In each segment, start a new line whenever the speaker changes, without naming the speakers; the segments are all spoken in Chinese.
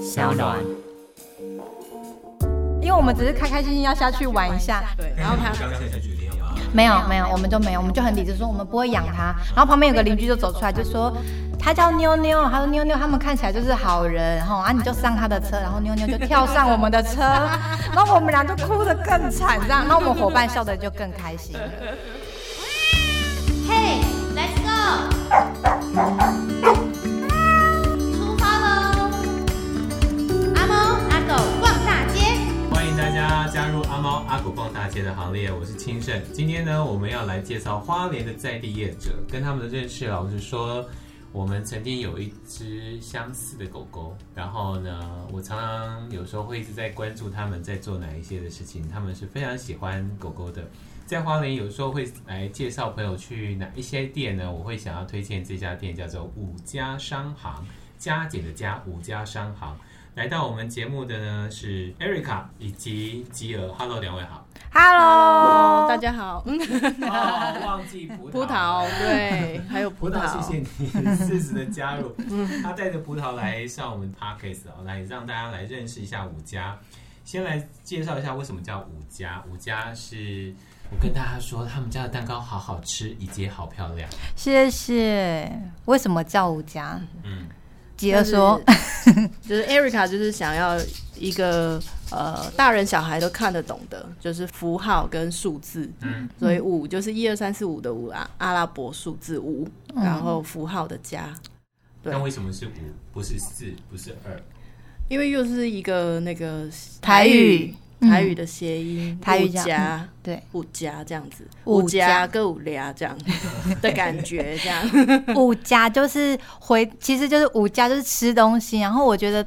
小暖。
因为我们只是开开心心要下去玩一下，
对，然后他
刚才才决定要把
没有没有，我们都没有，我们就很理智说我们不会养它。然后旁边有个邻居就走出来就说，他叫妞妞，他说妞妞他们看起来就是好人，然后啊你就上他的车，然后妞妞就跳上我们的车， 然后我们俩就哭得更惨，这样，那我们伙伴笑得就更开 心。
Hey, let's go！出发喽！阿猫阿狗逛大街，
欢迎大家加入阿猫阿狗逛大街的行列，我是清盛。今天呢，我们要来介绍花莲的在地业者，跟他们的认识。老实说，我们曾经有一只相似的狗狗，然后呢，我常常有时候会一直在关注他们在做哪一些的事情，他们是非常喜欢狗狗的。在花莲有时候会来介绍朋友去哪一些店呢？我会想要推荐这家店叫做五家商行，加减的加五家商行。来到我们节目的呢是 Erica 以及吉尔，Hello，两位好。
Hello，
大家好，嗯，
哦，忘记葡萄
葡萄，对，还有
葡
葡
萄，
萄，
谢谢你适时的加入。
嗯
他带着葡萄来上我们 podcast 哦，来让大家来认识一下五家。先来介绍一下为什么叫五家。五家是我跟大家说，他们家的蛋糕好好吃，以及好漂亮。
谢谢。为什么叫吴家？
嗯，
吉儿说，
就是 Erica 就是想要一个呃大人小孩都看得懂的，就是符号跟数字，
嗯
所以五就是一二三四五的五啊，阿拉伯数字五，
嗯
然后符号的加，对
但为什么是五，不是四，不是二？
因为又是一个那个
台语嗯
台语的谐音，
台语
五
加
加
对，
五加这样子，
五
五
加
加跟五俩这样的感觉，这 样。
五家就是回，其实就是五家就是吃东西。然后我觉得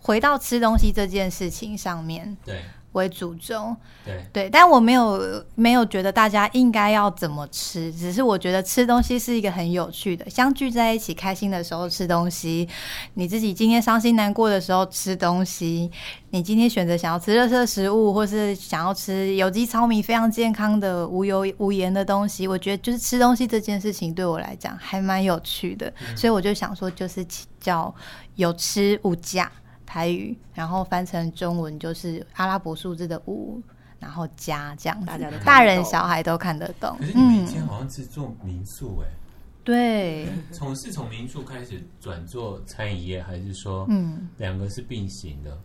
回到吃东西这件事情上面
对
为主轴，
对，
嗯
对，但我没有没有觉得大家应该要怎么吃，只是我觉得吃东西是一个很有趣的，相聚在一起开心的时候吃东西，你自己今天伤心难过的时候吃东西，你今天选择想要吃热色食物，或是想要吃有机糙米非常健康的无油无盐的东西，我觉得就是吃东西这件事情对我来讲还蛮有趣的，所以我就想说就是起叫有吃无价。台语，然后翻成中文就是阿拉伯数字的五，然后加这样子，
大家都看得懂
大人小孩都看得懂
可是。你们以
嗯，
前好像是做民宿哎、
对，
从是从民宿开始转做餐饮业，还是说
嗯，
两个是并行的？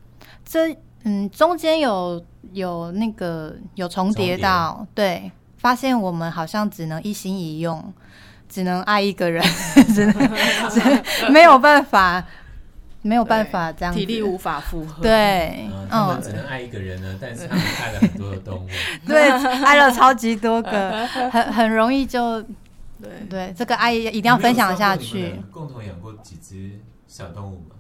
这嗯中间有有那个有重叠到，对，发现我们好像只能一心一用，只能爱一个人， 只能只没有办法，没有办法这样子
体力无法负荷。
对
嗯，，他
嗯
们，只能爱一个 人呢，但是他们爱了很多的动物。
对，爱了超级多个，很很容易就
对，
对，这个爱一定要分享下
你们有
去
算过你们，共同养过几只小动物吗？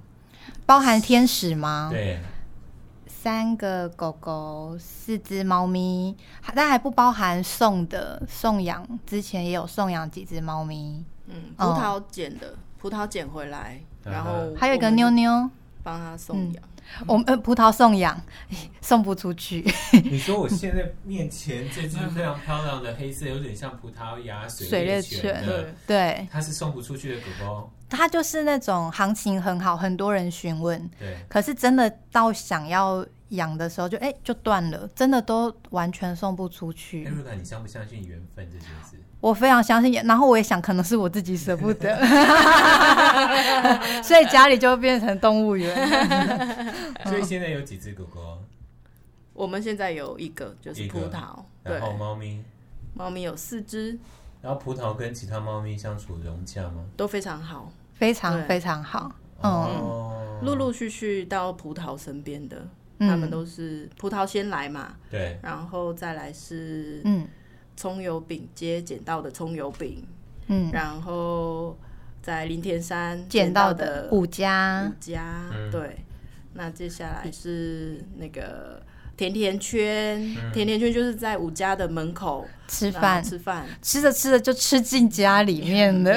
包含天使吗？，
对，
三个狗狗，四只猫咪，还但还不包含送的送养，之前也有送养几只猫咪，
嗯，葡
哦
萄捡的，葡萄捡回来，
嗯
然后
还有一个妞妞，
帮他送养。
我们、呃、葡萄送养 送不出去，
你说我现在面前这只非常漂亮的黑色，有点像葡萄牙
水
猎
猎
犬的
对，，
对，
它是送不出去的狗狗。
它就是那种行情很好，很多人询问，
对，
可是真的到想要养的时候就，哎就断了，真的都完全送不出去。
艾瑞卡，你相不相信缘分这件事？
我非常相信，然后我也想，可能是我自己舍不 得， 所以家里就变成动物 园。嗯
所以现在有几只狗狗，
我们现在有一个就是
一
葡
个
萄，对
然，后猫咪，
猫咪有四只，
然后葡萄跟其他猫咪相处融洽吗？
都非常好，
非常
对
非常好。嗯，
哦，
陆陆续续到葡萄身边的，
嗯
他们都是葡萄先来嘛，
对，
然后再来是
嗯
葱油饼街捡到的葱油饼，
嗯，
然后在林田山
捡到的
的
五家
五，家，
嗯
对。那接下来是那个甜甜圈，甜甜圈就是在五家的门口
吃
然后
饭，
吃饭，
吃着吃着就吃进家里面 了。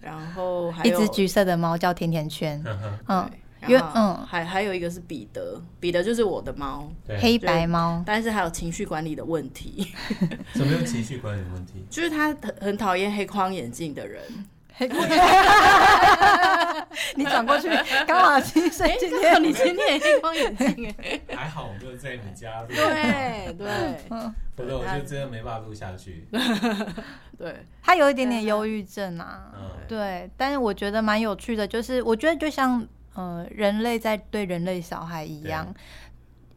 然后还
一
有
只橘色的猫叫甜甜圈，
呵呵
嗯，
对
因为
然后
嗯
还还有一个是彼得，彼得就是我的猫，
对，
黑白 猫，
但是还有情绪管理的问题，
怎么有情绪管理的问题？
就是他很很讨厌黑框眼镜的人，
你转过去， 刚好其实今
哎
天
你今天也黑框眼镜 哎，
还好我没有在你家录，
对对
嗯
否则我就真的没办法录下 去。
对，
他有一点点忧郁症啊。
嗯，
对，但是我觉得蛮有趣的，就是我觉得就像呃人类在对人类小孩一样，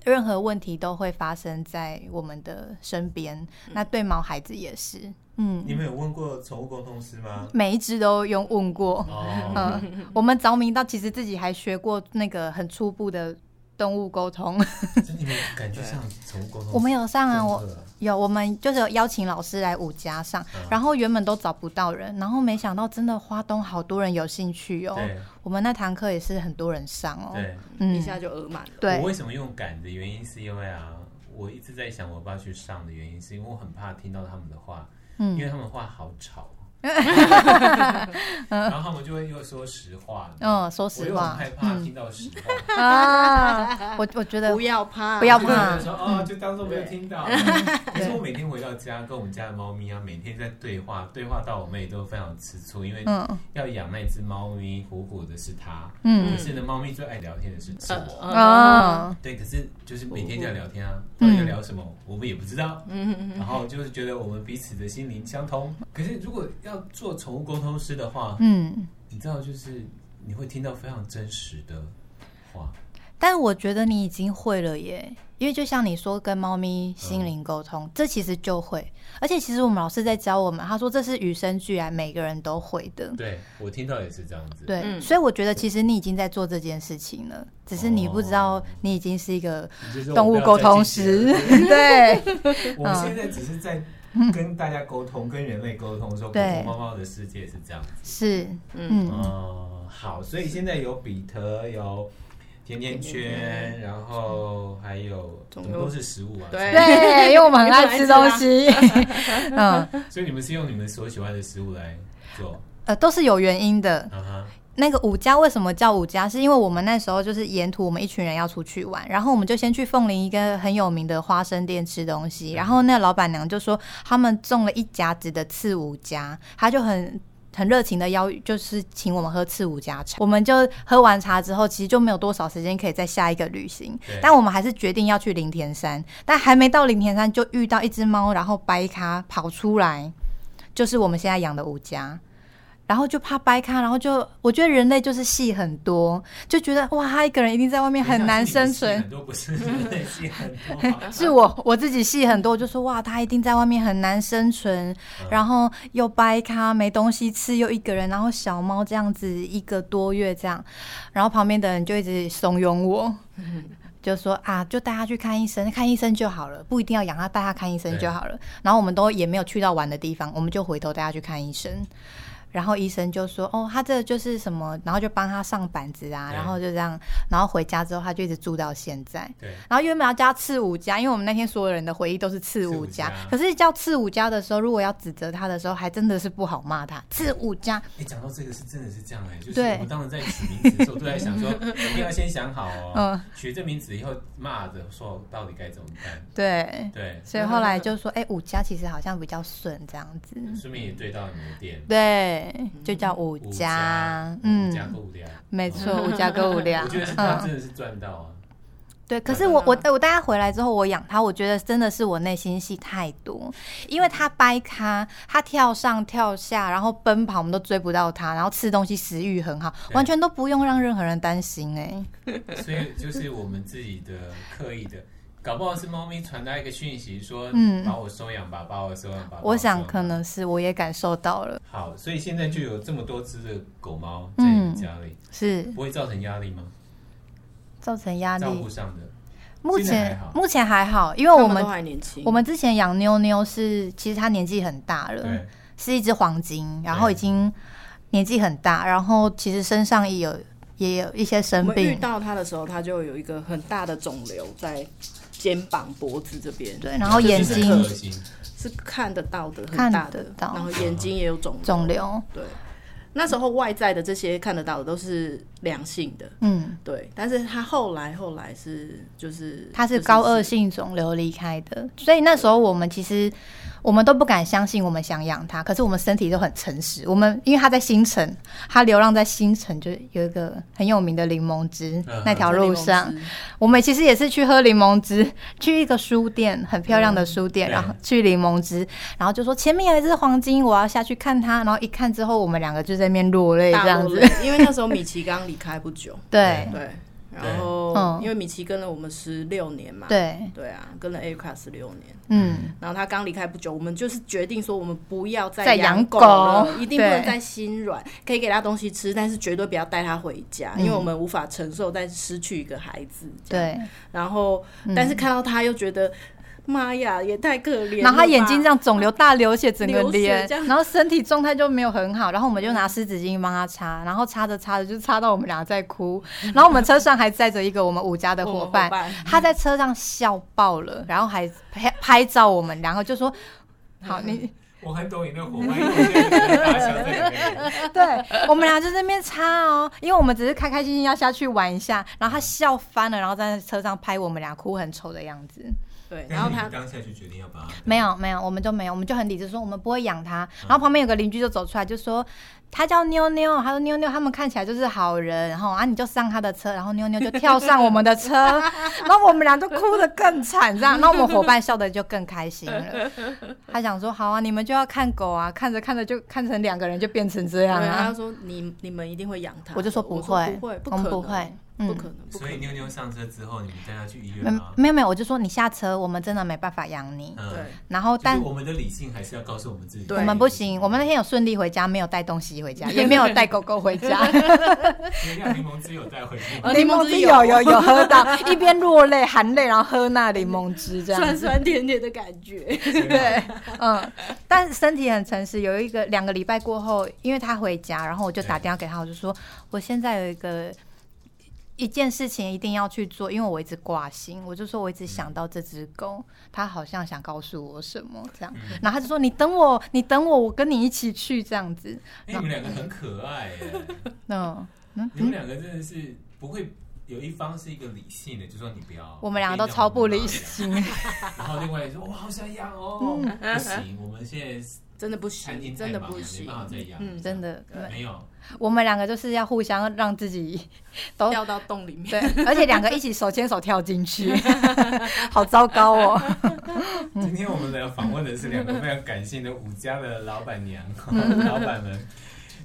任何问题都会发生在我们的身边，
嗯
那对毛孩子也是，嗯，
你们有问过宠物沟通师吗？
每一只都有问过，
哦，
嗯，我们着迷到其实自己还学过那个很初步的动物沟通，
哦真的没有感觉像宠物沟通 师。
我们有上啊，
功
我
课啊
有，我们就是有邀请老师来五家上，
嗯
然后原本都找不到人，然后没想到真的花东好多人有兴趣哦。
对
我们那堂课也是很多人上哦。
对，
一
嗯，
下就额满了。
我
对，
为什么用赶的原因是因为啊，我一直在想我要不要去上的原因是因为我很怕听到他们的话，因为
嗯
他们话好吵， 然后他们就会又说实话，
嗯，说
我
实
又很
话
害 怕听到实话，
啊，我我觉得
不要怕，
不要
就
怕
是有人说哦，就当做没有听到。可是我每天回到家，跟我们家的猫咪啊，每天在对话，对话到我妹都非常吃醋，因为
嗯
要养那只猫咪，苦苦的是它，可
嗯
是呢，猫咪最爱聊天的是是我。
嗯
啊，
对，可是就是每天这样聊天啊，到
嗯
底要聊什么，我们也不知道。
嗯
然后就是觉得我们彼此的心灵相通。可是如果要做宠物沟通师的话，
嗯，
你知道，就是你会听到非常真实的话。
嗯但我觉得你已经会了耶，因为就像你说跟猫咪心灵沟
嗯
通，这其实就会，而且其实我们老师在教我们，他说这是与生俱来，每个人都会的。
对我听到也是这样子。
对，
嗯
所以我觉得其实你已经在做这件事情了，只是你不知道你已经是一个动物沟通师。 对，
我
嗯
们现在只是在跟大家沟通，跟人类沟通，说狗
对
狗猫猫的世界是这样子。
是，嗯，
嗯，好，所以现在有比特，有甜甜圈，然然后还有怎
总
么
有
都是食物啊。
对
对，因为我们很爱吃东 西，嗯，
所以你们是用你们所喜欢的食物来做，
呃，都是有原因的。
啊哈，
那个五家为什么叫五家？是因为我们那时候就是沿途我们一群人要出去玩，然后我们就先去凤林一个很有名的花生店吃东西，然后那老板娘就说他们种了一甲子的刺五家，她就很。很热情的邀，就是请我们喝刺五家茶。我们就喝完茶之后，其实就没有多少时间可以再下一个旅行
对，
但我们还是决定要去林田山。但还没到林田山，就遇到一只猫，然后掰咖跑出来，就是我们现在养的五家。然后就怕掰咖，然后就我觉得人类就是戏很多，就觉得哇，他一个人一定在外面很难生
等一下
存。
很多不是 内心很多嘛，
是我我自己戏很多，我就说哇，他一定在外面很难生存，然后又掰咖没东西吃，又一个人，然后小猫这样子一个多月这样，然后旁边的人就一直怂恿我，就说啊，就带他去看医生，看医生就好了，不一定要养他，带他看医生就好了。然后我们都也没有去到玩的地方，我们就回头带他去看医生。然后医生就说：“哦，他这就是什么？”然后就帮他上板子啊，
对
然后就这样，然后回家之后他就一直住到现在。
对，
然后原本要叫他刺五家，因为我们那天所有人的回忆都是刺五家。
刺五家
可是叫刺五家的时候，如果要指责他的时候，还真的是不好骂他。刺五家，
你哎讲到这个是真的是这样哎、就是
对
我当时在取名字的时候，都在想说，一定要先想好哦，
嗯
取这名字以后骂着说到底该怎么办，
对，
对，
所以后来就说，哎、五家其实好像比较顺这样子。嗯
顺便也对到你的店，
对，就叫五
五
家，
五家
嗯，
购物量，
没错，五家购物量
我觉得是，他
嗯，
真的是赚到啊，
对。可是我
嗯
我
真
我带它回来之后，我养它，我觉得真的是我内心戏太多，因为它掰咖，它跳上跳下，然后奔跑，我们都追不到它，然后吃东西食欲很好，
对
完全都不用让任何人担心哎、
所
嗯
以就是我们自己的刻意的。搞不好是猫咪传达一个讯息，说
嗯
把我收养吧，把我收养吧。把
我想
收养吧
可能是我也感受到了，
好，所以现在就有这么多只的狗猫在
嗯
你家里，
是
不会造成压力吗？
造成压
照
力。
顾上的，
目
现在还
前
好
目前还好，因为我
他
们
都还年轻，
我们之前养妞妞是，其实她年纪很大了，
对，
是一只黄金，然后
对
已经年纪很大，然后其实身上也有也有一些
我
生
们遇
病，
到它的时候，它就有一个很大的肿瘤在肩膀、脖子这边，
对，然后眼
这就是很恶
睛
心
是看得到的，很
看
大
得
的，
到
然后眼睛也有肿瘤
肿瘤，
对，那时候外在的这些看得到的都是良性的，
嗯，
对，但是他后来后来是就是
它是
就
高恶性肿瘤离开的，所以那时候我们其实。我们都不敢相信我们想养它，可是我们身体都很诚实。我们因为它在新城，它流浪在新城，就是有一个很有名的柠檬汁、
嗯
那条路上，我们其实也是去喝柠檬汁，去一个书店，很漂亮的书店，
嗯
然后去柠檬汁，然后就说前面有一只黄金，我要下去看它。然后一看之后，我们两个就在那边落泪
大
这样
落
子
泪。，因为那时候米奇刚离开不久，
对
对，然后
嗯
因为米奇跟了我们十六年嘛，
对，
对啊，跟了 Erica 十六年，
嗯，
然后他刚离开不久，我们就是决定说，我们不要
再
再
养
养了，
狗
一定不能
对
再心软，可以给他东西吃，但是绝对不要带他回家，因为我们无法承受再失去一个孩子。，
嗯对。嗯
然后但是看到他又觉得，妈呀，也太可怜了吧。
然后他眼睛这样肿瘤大流血，整个
流血
脸
这，样
然后身体状态就没有很好。然后我们就拿湿纸巾帮他擦，然后擦着擦着就擦到我们俩在 哭。然后我们车上还载着一个我们五家的
我们
伙
伙
伴，
伴
他在车上笑爆了，然后还拍拍照我们，然后就说。
嗯
好， 你
我很懂你那火花，因为我现在打小这 个人
对我们俩就在那边擦哦，因为我们只是开开心心要下去玩一下，然后他笑翻了，然后在车上拍我们俩哭很丑的样子。
对，然
然
后
后
他
他
嗯
刚下去决定要把它
没有没有，我们就没有，我们就很理智说我们不会养它。然后旁边有个邻居就走出来就说，他叫妞妞，他说妞妞他们看起来就是好人，然后啊你就上他的车，然后妞妞就跳上我们的车，然后我们俩都哭得更惨，这样，然后我们伙伴笑得就更开心了。他想说好啊，你们就要看狗啊，看着看着就看成两个人就变成这样
对他
啊，
说你你们一定会养他，
我就说不
不
会
不会，
我们
可能，
不会嗯
不可能，不可
所以
能。
妞妞上车之后，你们带她去医
没
院吗？
没有没有，我就说你下车，我们真的没办法养你。
嗯，
对，
然后
但
但
我们的理性还是要告诉我们自己，
对
我们不行，我们那天有顺利回家，没有带东西回家，也没有带狗狗回家。
天亮柠檬汁有带回去 吗。
呃
柠
柠
檬
檬
汁
汁
有
有
有有喝到，一边落泪含泪，然后喝那柠檬汁这样
酸
子。
酸甜甜的感觉，
哎
对，嗯，但身体很诚实。有一个两个礼拜过后，因为他回家，然后我就打电话给他，我就说我现在有一个一件事情一定要去做，因为我一直挂心，我就说我一直想到这只狗，它好像想告诉我什么这样。然后他就说你等我，你等我，我跟你一起去这样子。
哎，你们两个很可爱耶，
嗯嗯
你们两个真的是不会有一方是一个理性的，就说你不要，
我们两个都超不理性。
啊然后另外说，我好想养哦，
嗯
不行，我们现在
真的不
餐
行，
厅太
真的
忙
不
了，没
行
办，法再养，
嗯
真的，
没有，
我们两个就是要互相让自己都
掉到洞里面。
对，而且两个一起手牵手跳进去， 好糟糕哦。嗯
今天我们来访问的是两个非常感性的五家的老板娘、
嗯
老板们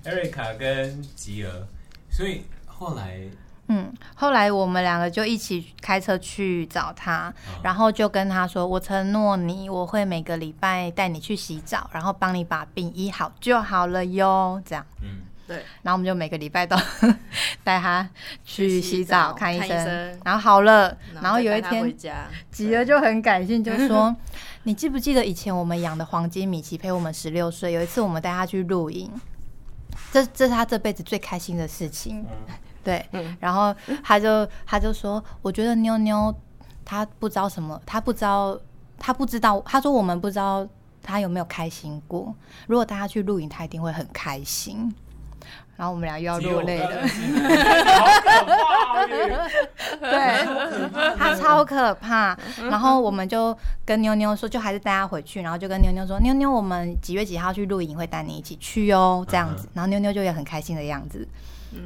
，Erica 跟吉儿，所以后来
嗯，后来我们两个就一起开车去找他，
嗯
然后就跟他说：“我承诺你，我会每个礼拜带你去洗澡，然后帮你把病医好就好了哟。”这样，
嗯，
对，
然后我们就每个礼拜都 带他去洗
去洗
澡、
澡
看医
看医
生
生，
然后好了，然
然
后
后
有
有
一
一
天
天回家，
吉儿就很感性，就说：“你记不记得以前我们养的黄金米奇陪我们十六岁？有一次我们带他去露营，这这是他这辈子最开心的事情。 对，然后他就他就说，我觉得妞妞她不知道什么，她不知道，她不知道，她说我们不知道她有没有开心过。如果带她去露营，她一定会很开心。”然后我们俩又要落泪了。
好可怕耶！
对，他超可怕。然后我们就跟妞妞说，就还是带她回去，然后就跟妞妞说，妞妞，我们几月几号去露营，会带你一起去哦，这样子。然后妞妞就也很开心的样子。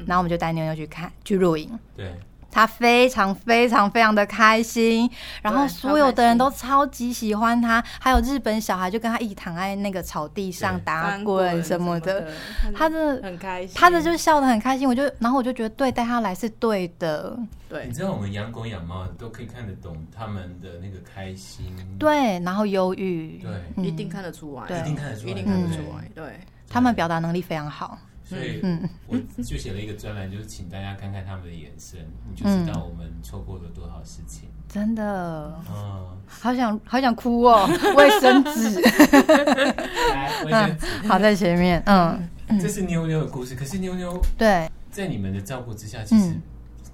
然后我们就带妞妞去看去露营，
对，
她非常非常非常的开心，然后
对
所有的人
超
都超级喜欢她，还有日本小孩就跟她一起躺在那个草地上
对
打
翻
滚什
什
么的，
的，
她真的
很开心，
她的就笑得很开心，我就然后我就觉得对，带她来是对的，
对
你，知道我们养狗养猫都可以看得懂他们的那个开心，
对，然后忧郁，
对
嗯
一定看得出来，
对嗯一
定看得出来
一定看得出来，对，
他们表达能力非常好。
所以我就写了一个专栏，就是请大家看看他们的眼神，你就知道我们错过了多少事情。
真的，
嗯，
好想好想哭哦！卫生纸，
来，我先
好在前面，嗯，
这是妞妞的故事，可是妞妞
对，
在你们的照顾之下，其实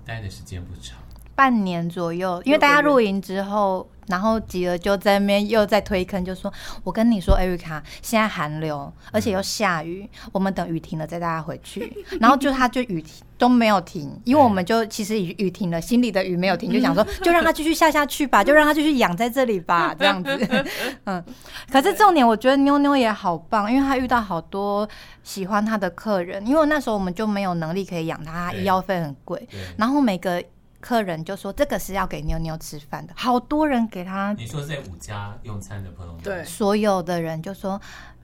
待的时间不长，
半年左右，因为
六个
大家
月
入营之后，然后吉儿就在那边又在推坑，就说：“我跟你说，艾瑞卡，现在寒流，而且又下雨，
嗯
我们等雨停了再带他回去。”然后就他就雨停都没有停，因为我们就其实雨雨停了，心里的雨没有 停，就想说就让他继续下下去吧，就让他继续养在这里 吧，这样子。嗯，可是重点我觉得妞妞也好棒，因为她遇到好多喜欢她的客人，因为那时候我们就没有能力可以养她，
对
医药费很贵。
对，
然后每个客人就说这个是要给妞妞吃饭的，好多人给她，
你说在五家用餐的朋友们，
对
所有的人就说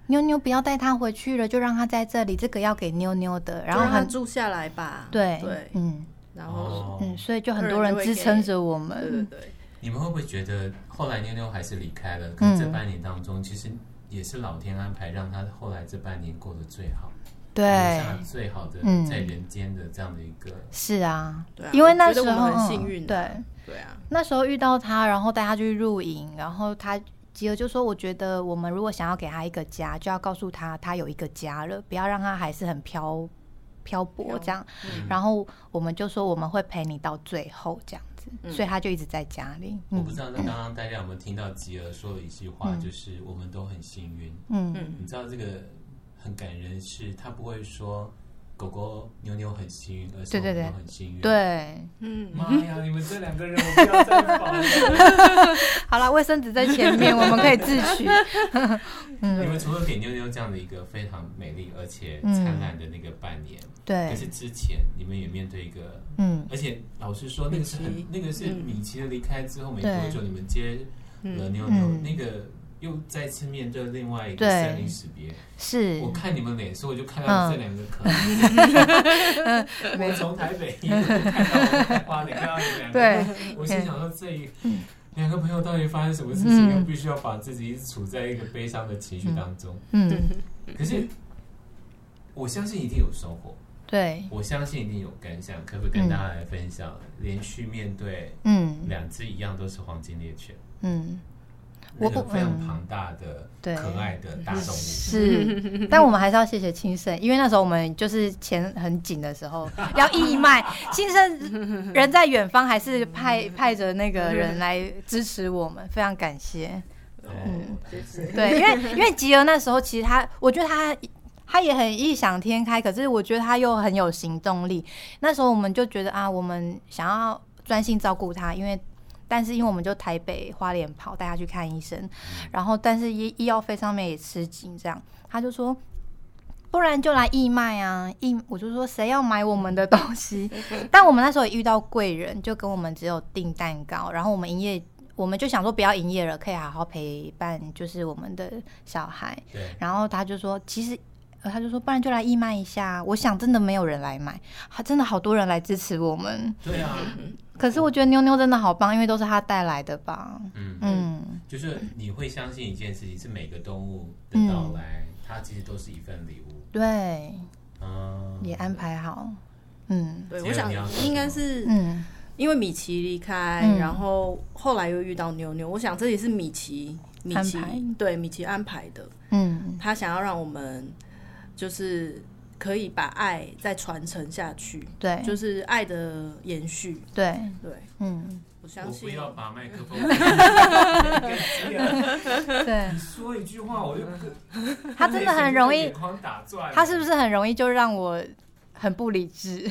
妞妞不要带她回去了，就让她在这里，这个要给妞妞的。然后
就让他
很
住下来吧。
对，
对，
嗯
然后
哦，
嗯，所以就很
客人
多人
就会
支
给
撑着我
对对
们，
对，
你们会不会觉得后来妞妞还是离开了？
嗯
可是这半年当中，其实也是老天安排，让她后来这半年过得最好，留
对，
下最好的
嗯
在人间的这样的一个。
是啊，
对啊
因为那
我
时
觉得
候嗯
我们很幸运啊
对。
对啊，
那时候遇到他，然后带他去露营，然后他吉儿就说：“我觉得我们如果想要给他一个家，就要告诉他他有一个家了，不要让他还是很漂漂泊
漂
这样。
嗯
然后我们就说我们会陪你到最后这样子，所以他就一直在家里。
我
嗯
不知道那刚刚大家有没有听到吉儿说了一句话，就是我们都很幸运。
嗯
嗯，
你知道这个很感人，是他不会说狗狗妞妞很幸运，而是
对
我
对
们
对
都很幸运。。
对，
嗯，
妈呀！你们这两个人，我不要再跑了。
好了，卫生纸在前面，我们可以自 取。嗯
你们除了给妞妞这样的一个非常美丽而且灿烂的那个半年，可
对，
是之前你们也面对一个，
嗯，
而且老实说，那个是
米
很
奇
那个是
嗯
米奇的离开之后没
对
多久，你们接了妞妞，
嗯
那个又再次面对另外一个
对
生离死别。
是
我看你们脸色，我就看
嗯
到这两个可能。 我从台北一路看到我在花莲，看到你们两 个，
对，嗯
我心想说这一。两个朋友到底发生什么事情，又必须要把自己一直处在一个悲伤的情绪当中。
嗯，
可是，我相信一定有收获。
对，
我相信一定有感想，可不可以跟大家来分享？连续面对
嗯
两只一样都是黄金猎犬，
嗯，
那
我
个
我
非常
嗯
庞大的、
对
可爱的大动物，
是，但我们还是要谢谢青盛，因为那时候我们就是钱很紧的时候要义卖，青盛人在远方，还是派派着那个人来支持我们，非常感谢。
哦
对，因为因为吉儿那时候其实他，我觉得他。他也很异想天开，可是我觉得他又很有行动力。那时候我们就觉得啊，我们想要专心照顾他，因为但是因为我们就台北花莲跑带他去看医生，然后但是医医药费上面也吃紧，这样他就说。不然就来义卖啊！义我就说谁要买我们的东西，但我们那时候也遇到贵人，就跟我们只有订蛋糕，然后我们营业，我们就想说不要营业了，可以好好陪伴就是我们的小孩。
对，
然后他就说，其实。呃他就说，不然就来义卖一下。我想真的没有人来买，还真的好多人来支持我们。
对啊，
可是我觉得妞妞真的好棒，因为都是她带来的吧。
嗯，
嗯，
就是你会相信一件事情，是每个动物的到来，它其实都是一份礼物，
对，
嗯，
也安排好。嗯
对，
只有
我想
你要说
应该是
嗯，
因为米奇离开，
嗯
然后后来又遇到妞妞，我想这也是米奇米奇
安排
对米奇安排的，
嗯
他想要让我们就是可以把爱再传承下去，，
对，
就是爱的延续。
对，
对，
嗯，
我相
我不
信
要把麦克 风。
对
你说一句话，我就
他真的很容易
眼，眶打转。
他是不？是很容易就让我很不理智？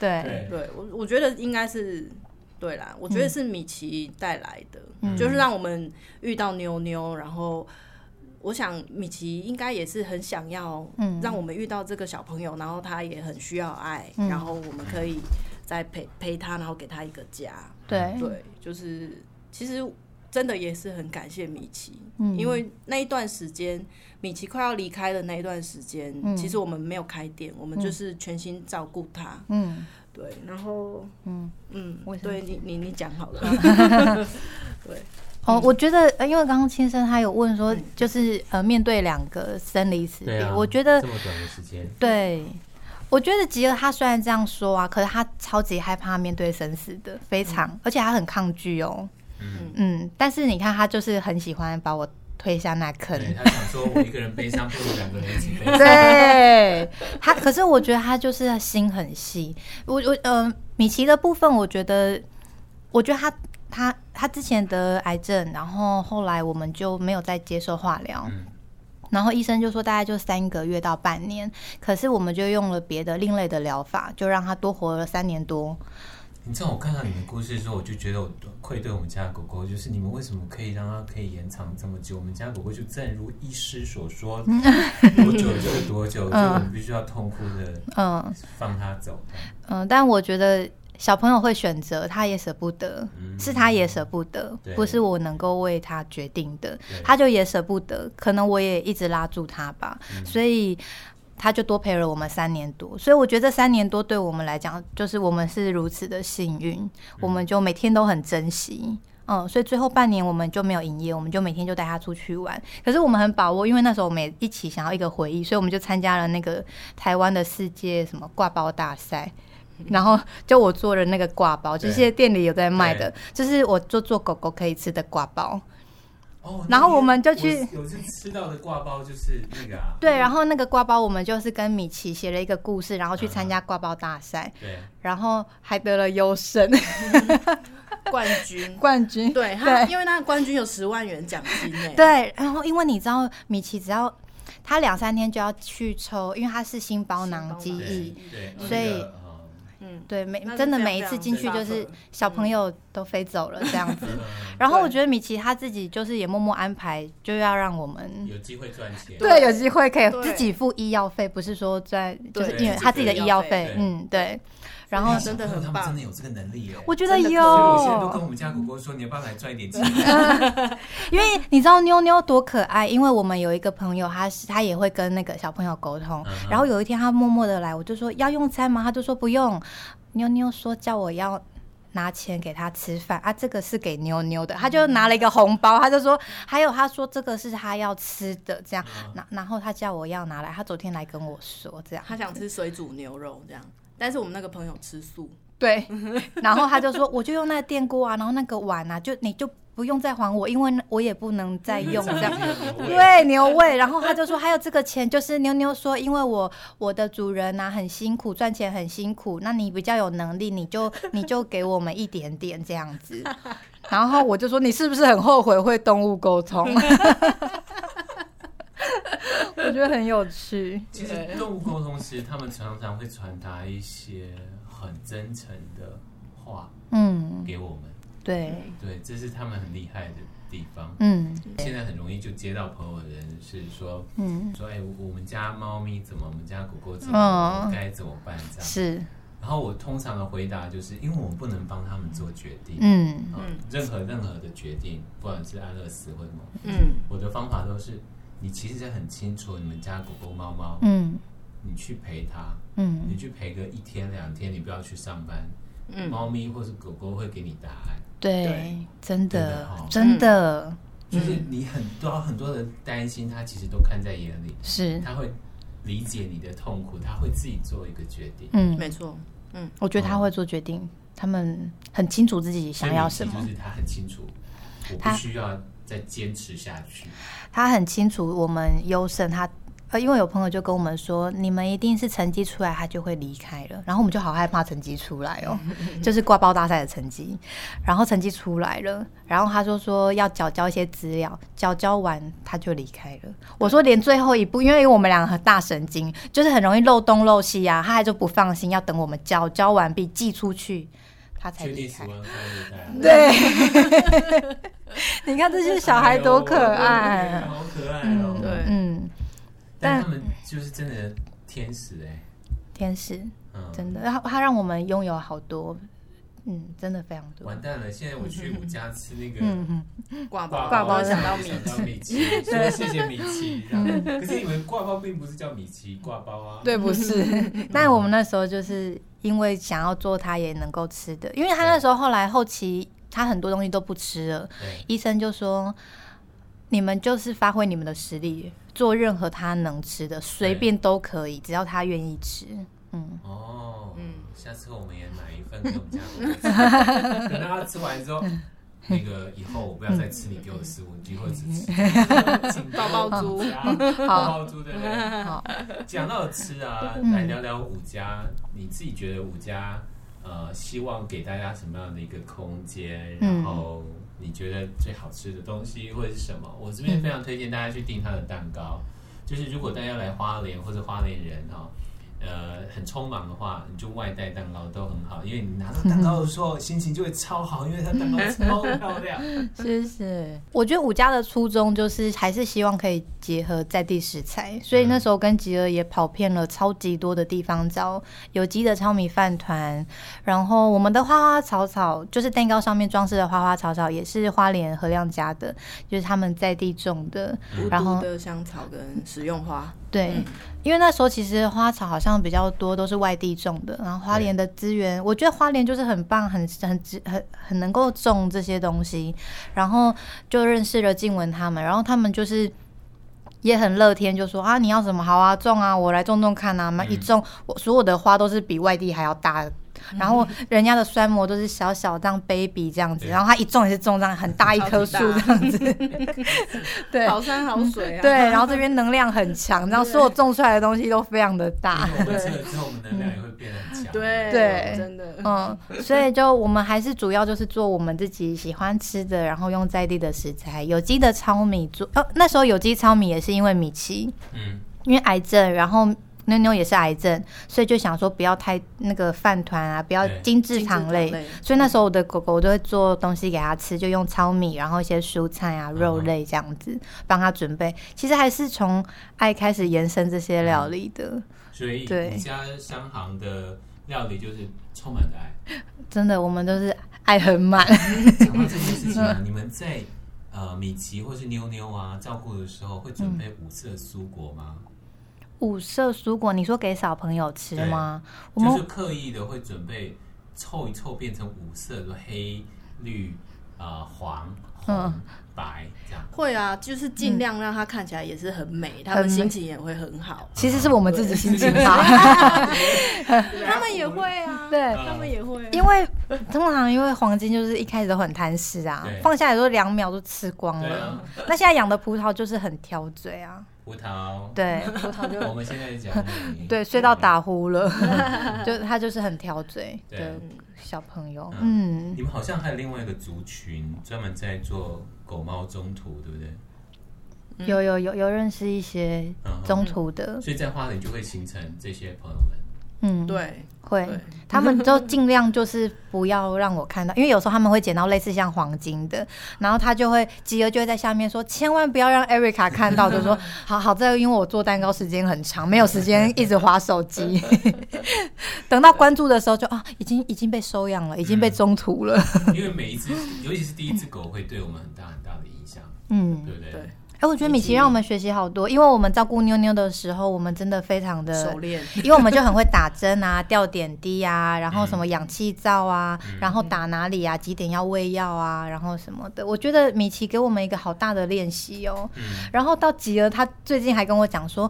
对，
对，
对我，我觉得应该是对啦，我觉得是米奇带来的，
嗯
就是让我们遇到妞妞，然后我想米奇应该也是很想要
嗯
让我们遇到这个小朋友，然后他也很需要爱，
嗯
然后我们可以再陪陪他，然后给他一个家。
对，
对，就是其实真的也是很感谢米奇，
嗯
因为那一段时间米奇快要离开的那一段时间，
嗯
其实我们没有开店，我们就是全心照顾他。
嗯
对，然后
嗯。
嗯
我，想
对你你你讲好了，
哦，我觉得，呃因为刚刚先生他有问说，就是呃，面对两个生离死
对
别，
啊，
我觉得
这么短的时间，
对，我觉得吉尔他虽然这样说啊，可是他超级害怕面对生死的，非常，而且他很抗拒哦。
嗯
嗯，但是你看他就是很喜欢把我推下那坑。
对他想说，我一个人悲伤，不如两个人一起悲伤。
对他，可是我觉得他就是心很细。我我嗯、米奇的部分，我觉得，我觉得他他他之前得癌症，然后后来我们就没有再接受化疗。
嗯
然后医生就说大概就三个月到半年，可是我们就用了别的另类的疗法，就让他多活了三年多。
你知道我看到你们故事之后，我就觉得我愧对我们家的狗狗，就是你们为什么可以让它可以延长这么久？我们家狗狗就正如医师 所说，多久就是多久，所以我们必须要痛苦的
嗯
放它走。
嗯，但我觉得小朋友会选择，他也舍不得，
嗯
是他也舍不得
对，
不是我能够为他决定的
对，
他就也舍不得，可能我也一直拉住他吧，
嗯
所以。他就多陪了我们三年多，所以我觉得这三年多对我们来讲，就是我们是如此的幸
嗯
运，我们就每天都很珍惜，嗯，所以最后半年我们就没有营业，我们就每天就带他出去玩。可是我们很把握，因为那时候我们也一起想要一个回忆，所以我们就参加了那个台湾的世界什么挂包大赛，然后就我做了那个挂包，就
对
是现在店里有在卖的，就是我就做狗狗可以吃的挂包。
哦，
然后我们就去
有次吃到的挂包就是那个啊，
对，然后那个挂包我们就是跟米奇写了一个故事，然后去参加挂包大赛，
对，
然后还得了优胜
冠军。
冠军。
对他，
对
因为那个冠军有十万元奖金呢。
对，然后因为你知道米奇只要他两三天就要去抽，因为他是心包囊
心
记
包囊
忆嗯
对，对，
所以
那个嗯
嗯，
对，每
那就
真的
非常
每一次进去就
非常
是
适合
小朋友都飞走了这样子。
嗯
然后我
对
觉得米奇他自己就是也默默安排，就要让我们
有机会赚钱。
嗯对，有机会可以
对
自己付医药费，不是说在就
对
是因为
自己
他自己的
付医
医
药
药费
费，
嗯，对。然后
哎
真的
小朋友
很
他们
棒
真的有这个能力耶。
我觉得
真的可以
所以我现在都
有
跟，我们家狗狗说，你要不要来赚一点钱？
因为你知道妞妞多可爱，因为我们有一个朋友，她是她也会跟那个小朋友沟通
嗯 哼，
然后有一天她默默的来，我就说要用餐吗？她就说不用，妞妞说叫我要。拿钱给她吃饭啊，这个是给妞妞的，她就拿了一个红包，她就说，还有她说这个是她要吃的，这样，然然后她叫我要拿来，她昨天来跟我说这样，
他想吃水煮牛肉这样，但是我们那个朋友吃素，
对，然后他就说，我就用那个电锅啊，然后那个碗啊，就你就不用再还我，因为那我也不能再 用这样。对牛胃，然后他就说还有这个钱，就是妞妞说，因为我我的主人呐、很辛苦，赚钱很辛苦，那你比较有能力，你就 你就给我们一点点这样子。然后我就说你是不是很后悔会动物沟通？我觉得很有趣。
其实动物沟通师他们常常会传达一些很真诚的话
嗯，
给我们，
对，
对，这是他们很厉害的地方。
嗯
现在很容易就接到朋友的人是说，
嗯，
说哎，我我们家猫咪怎么，我们家狗狗怎
嗯
么，我该怎么办这样。
是，
然后我通常的回答就是，因为我们不能帮他们做决定，
嗯。
嗯，任何任何的决定，不管是安乐死或什么，
嗯，
我的方法都是，你其实很清楚你们家狗狗猫猫，
嗯
你去陪它，
嗯
你去陪个一天两天，你不要去上班，
嗯
猫咪或是狗狗会给你答案，，
对，真的
真的哦，
真的
就是你很多很多的担心，它其实都看在眼里，
是，
它会理解你的痛苦，它会自己做一个决定。
嗯，
没错，
我觉得他会做决定，他们很清楚自己想要什
所以
么
问，题就是它很清楚，我不
它
需要再坚持下去。
他很清楚我们优胜他。呃，因为有朋友就跟我们说，你们一定是成绩出来，他就会离开了。然后我们就好害怕成绩出来哦， 就是挂包大赛的成绩。然后成绩出来了，然后他就说要缴交一些资料，缴交完他就离开了。我说连最后一步，因为我们两个很大神经，就是很容易漏洞漏西啊，他还就不放心，要等我们缴交完毕寄出去，他才
确
离
定
开
十。万块就在。
对， 你看这些小
哎
孩多可爱
哎呦
啊。
好可爱哦！
嗯嗯，
但
但
他们就是真的天使哎，
天使
嗯，
真的，他他让我们拥有好多，嗯，真的非常多。
完蛋了！现在我去我家吃那个
嗯嗯，
挂包，
挂
包
我想到
米
米
到米 奇，说谢谢米奇这样。可是你们挂包并不是叫米奇挂包啊，
嗯对，不是。但我们 那时候就是因为想要做他也能够吃的，因为他那时候后来后期他很多东西都不吃了，
对，
医生就说你们就是发挥你们的实力，做任何他能吃的，随
对
便都可以，只要他愿意 吃。嗯，
哦，
嗯
嗯
下次我们也买一份给我们家狗狗吃，等到它吃完之后，那个以后我不要再吃你给我的食物，你以后只吃 请给我
包包猪
五家包包猪对不对？
好，
讲到吃啊，
嗯
来聊聊五家，你自己觉得五家呃，希望给大家什么样的一个空间？然
嗯
后你觉得最好吃的东西会是什么？我这
嗯
边非常推荐大家去订他的蛋糕，就是如果大家来花莲或者花莲人哦。呃，很匆忙的话，你就外带蛋糕都很好，因为你拿到蛋糕的时候心情就会超好，因为它蛋糕超漂亮。
谢谢。我觉得五家的初衷就是还是希望可以结合在地食材，所以那时候跟吉儿也跑遍了超级多的地方，找有机的糙米饭团，然后我们的花花草草，就是蛋糕上面装饰的花花草草，也是花莲和亮家的，就是他们在地种的，
无
然后
毒的香草跟食用花，
对，因为那时候其实花草好像比较多，都是外地种的。然后花莲的资源，我觉得花莲就是很棒，很很很很能够种这些东西。然后就认识了静文他们，然后他们就是也很乐天，就说啊，你要什么好啊，种啊，我来种种看啊。嘛、一种，我所有的花都是比外地还要大的。然后人家的酸蘑都是小小这样 baby 这样子，
对
然后他一种也是种这样很大一棵树
超级大
这样 子，对，
好山好 水啊。
对，然 后这边能量很强，然后所有种出来的东西都非常的大。
我们吃了之后，我们能量也会变得很强。
对哦
对
真的。
嗯，所以就我们还是主要就是做我们自己喜欢吃的，然后用在地的食材，有机的糙米做。哦，那时候有机糙米也是因为米奇，
嗯，
因为癌症，然后妞妞也是癌症，所以就想说不要太那个饭团啊，不要
对
精致
精致
糖
糖
类
类。
所以那时候我的狗狗都会做东西给它吃，就用糙米，然后一些蔬菜啊、肉
嗯
类这样子帮它准备。其实还是从爱开始延伸这些料理的。
所以
对
你家商行的料理就是充满了 爱。
真的，我们都是爱很满。
讲到这件事情啊，
嗯
你们在呃米奇或是妞妞啊照顾的时候，会准备五色蔬果吗？
五色蔬果，你说给小朋友吃吗？我们、
就是刻意的会准备凑一凑变成五色，比如黑、绿、呃黄、红、
嗯
白这样。
会啊，就是尽量让它看起来也是很美，他们
很美
心情也会很好。
其实是我们自己心情好。
他们也会 啊，
对，
呃
他们也会啊。
嗯因为通常因为黄金就是一开始都很贪吃啊
对，
放下来都两秒就吃光
对
了。
啊，
那现在养的葡萄就是很挑嘴啊，
葡萄。
对，葡萄就
我们现在讲你
对睡到。打呼了， 就他就是很挑嘴
对
的小朋友。
嗯
嗯，
你们好像还有另外一个族群专门在做狗猫中途，对不对？
有有有有认识一些
嗯哼
中途的，
所以在花莲就会形成这些朋友们。
嗯，。
对，
会
对，
他们都尽量就是不要让我看到，因为有时候他们会捡到类似像黄金的，然后他就会吉儿就会在下面说，千万不要让 Erica 看到，就说好好在，因为我做蛋糕时间很长，没有时间一直划手机，等到关注的时候就啊，已经已经被收养了，已经被中途了，
因为每一只，尤其是第一只狗，会对我们很大很大的影响，
嗯，
对不对？
对
哎、我觉得米奇让我们学习好多，因为我们照顾妞妞的时候，我们真的非常的
手链。
因为我们就很会打针啊、吊点滴啊，然后什么氧气罩啊，然后打哪里啊、几点要喂药啊，然后什么的。我觉得米奇给我们一个好大的练习哦。
嗯
然后到吉儿，他最近还跟我讲说。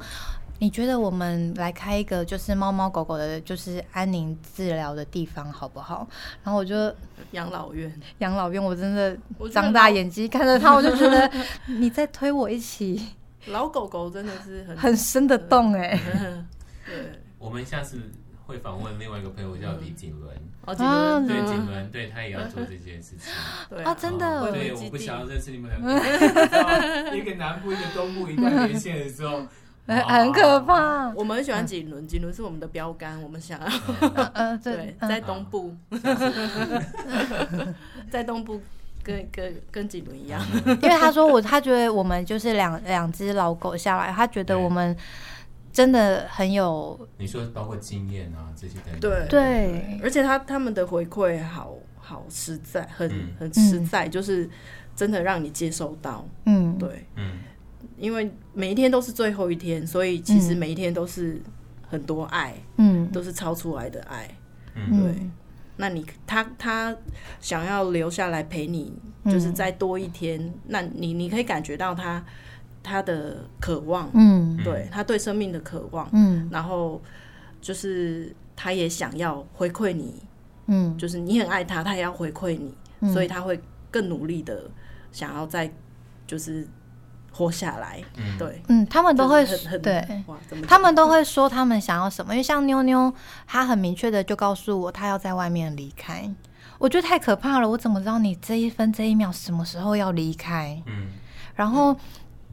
你觉得我们来开一个就是猫猫狗狗的，就是安宁治疗的地方好不好？然后我就
养老院，
养老院，我真的
我觉得
张大眼睛看着他，我就觉 得你在推我一起
老狗狗真的是很
很深的洞 哎、
对。
我们下次会访问另外一个朋友叫李景伦，
哦，这个
嗯
对景伦，对他也要做这件事情。
对
啊，真的，
哦
我
对，
我
我不
记
想要认识你们两个，一个南部一个东部，一旦连线的时候，
很很可怕。
我们很喜
嗯
欢锦纶，锦纶是我们的标杆，我们想要
怕。
呃，
对
对，，嗯
在东部， 在东部跟跟跟锦纶一样，
因为他说我，他觉得我们就是两两只老狗下来，他觉得我们真的很有
你说包括经验啊这些等等，
对
对，
而且他他们的回馈好好实在，很
嗯
很实在，就是真的让你接受到，
嗯，
对，
嗯，
因为每一天都是最后一天，所以其实
嗯
每一天都是很多爱，
嗯
都是超出来的爱，
嗯，
那你他他想要留下来陪你，
嗯
就是再多一天，那你你可以感觉到他他的渴望，
嗯
对他对生命的渴望，
嗯
然后就是他也想要回馈你，
嗯
就是你很爱他，他也要回馈你，
嗯
所以他会更努力的想要再就是活下来。
嗯
对，
嗯，他们都会
就是很很
对，
哇，怎么讲
他们都会说他们想要什么，因为像妞妞，她很明确的就告诉我，她要在外面离开。我觉得太可怕了，我怎么知道你这一分这一秒什么时候要离开？
嗯
然后、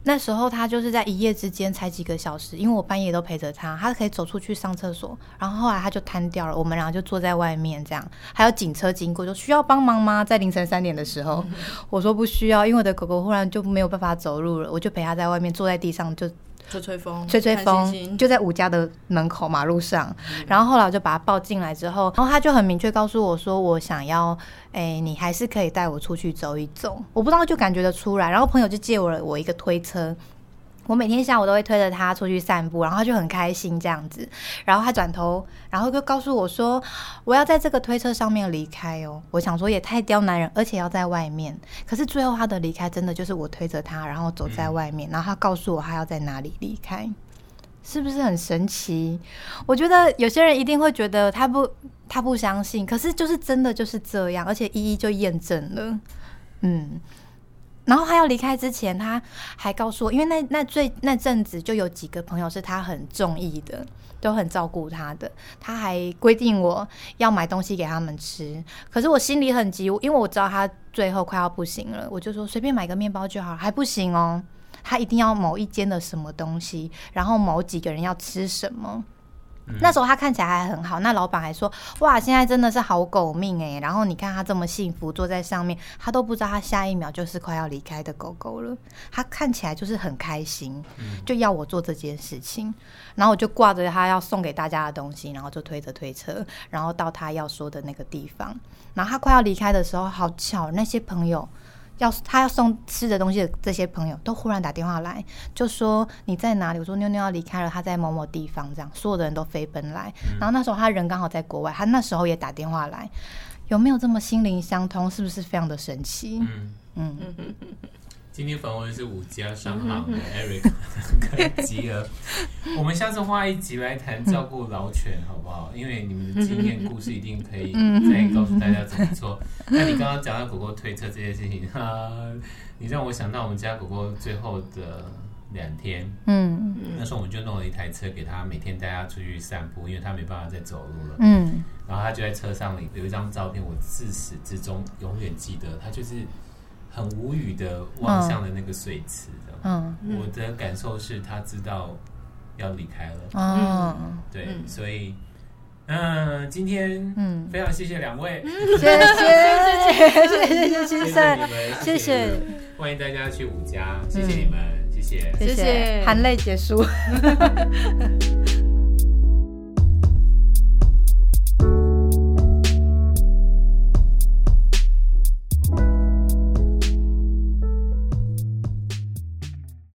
那时候她就是在一夜之间才几个小时，因为我半夜都陪着她，她可以走出去上厕所。然后后来她就瘫掉了，我们俩就坐在外面这样，还有警车经过，就需要帮忙吗？在凌晨三点的时候，我说不需要，因为我的狗狗忽然就没有办法走路了，我就陪它在外面坐在地上就
吹吹风，
吹吹
看
风，
星星嗯
就在我家的门口马路上。然后后来我就把他抱进来之后，然后他就很明确告诉我说，我想要，哎、你还是可以带我出去走一走。我不知道就感觉得出来。然后朋友就借我了我一个推车。我每天下午都会推着他出去散步，然后他就很开心这样子。然后他转头，然后就告诉我说：“我要在这个推车上面离开哦。”我想说也太刁难人，而且要在外面。可是最后他的离开真的就是我推着他，然后走
嗯
在外面，然后他告诉我他要在哪里离开。是不是很神奇？我觉得有些人一定会觉得他不他不相信，可是就是真的就是这样，而且一一就验证了，嗯。然后他要离开之前，他还告诉我，因为那那最那阵子就有几个朋友是他很中意的，都很照顾他的，他还规定我要买东西给他们吃。可是我心里很急，因为我知道他最后快要不行了，我就说随便买个面包就好，还不行哦。他一定要某一间的什么东西，然后某几个人要吃什么。
嗯
那时候他看起来还很好，那老板还说：“哇，现在真的是好狗命哎！”然后你看他这么幸福坐在上面，他都不知道他下一秒就是快要离开的狗狗了。他看起来就是很开心，
嗯
就要我做这件事情。然后我就挂着他要送给大家的东西，然后就推着推车，然后到他要说的那个地方。然后他快要离开的时候，好巧，那些朋友要他要送吃的东西的这些朋友都忽然打电话来，就说你在哪里？我说妞妞要离开了，她在某某地方，这样所有的人都飞奔来。然后那时候他人刚好在国外，他那时候也打电话来，有没有这么心灵相通？是不是非常的神奇？
嗯。
嗯，
今天访问的是五家商行的 Eric 跟吉儿，我们下次花一集来谈照顾老犬好不好？因为你们的经验故事一定可以再告诉大家怎么做。那你刚刚讲到狗狗推车这件事情，哈、你让我想到我们家狗狗最后的两天，
嗯
那时候我们就弄了一台车给它，每天带它出去散步，因为它没办法再走路了。
嗯
然后他就在车上里有一张照片，我自始至终永远记得，他就是很无语的望向了那个水池的。
嗯
嗯
我的感受是他知道要离开了，
哦，
对，
嗯
所以嗯、呃今天
嗯，
非常谢谢两位，
谢谢谢谢谢谢先
谢谢
生，
你们，
谢
谢
谢
你们，欢迎大家去五家，谢谢你们，谢谢。
谢谢
含泪结束。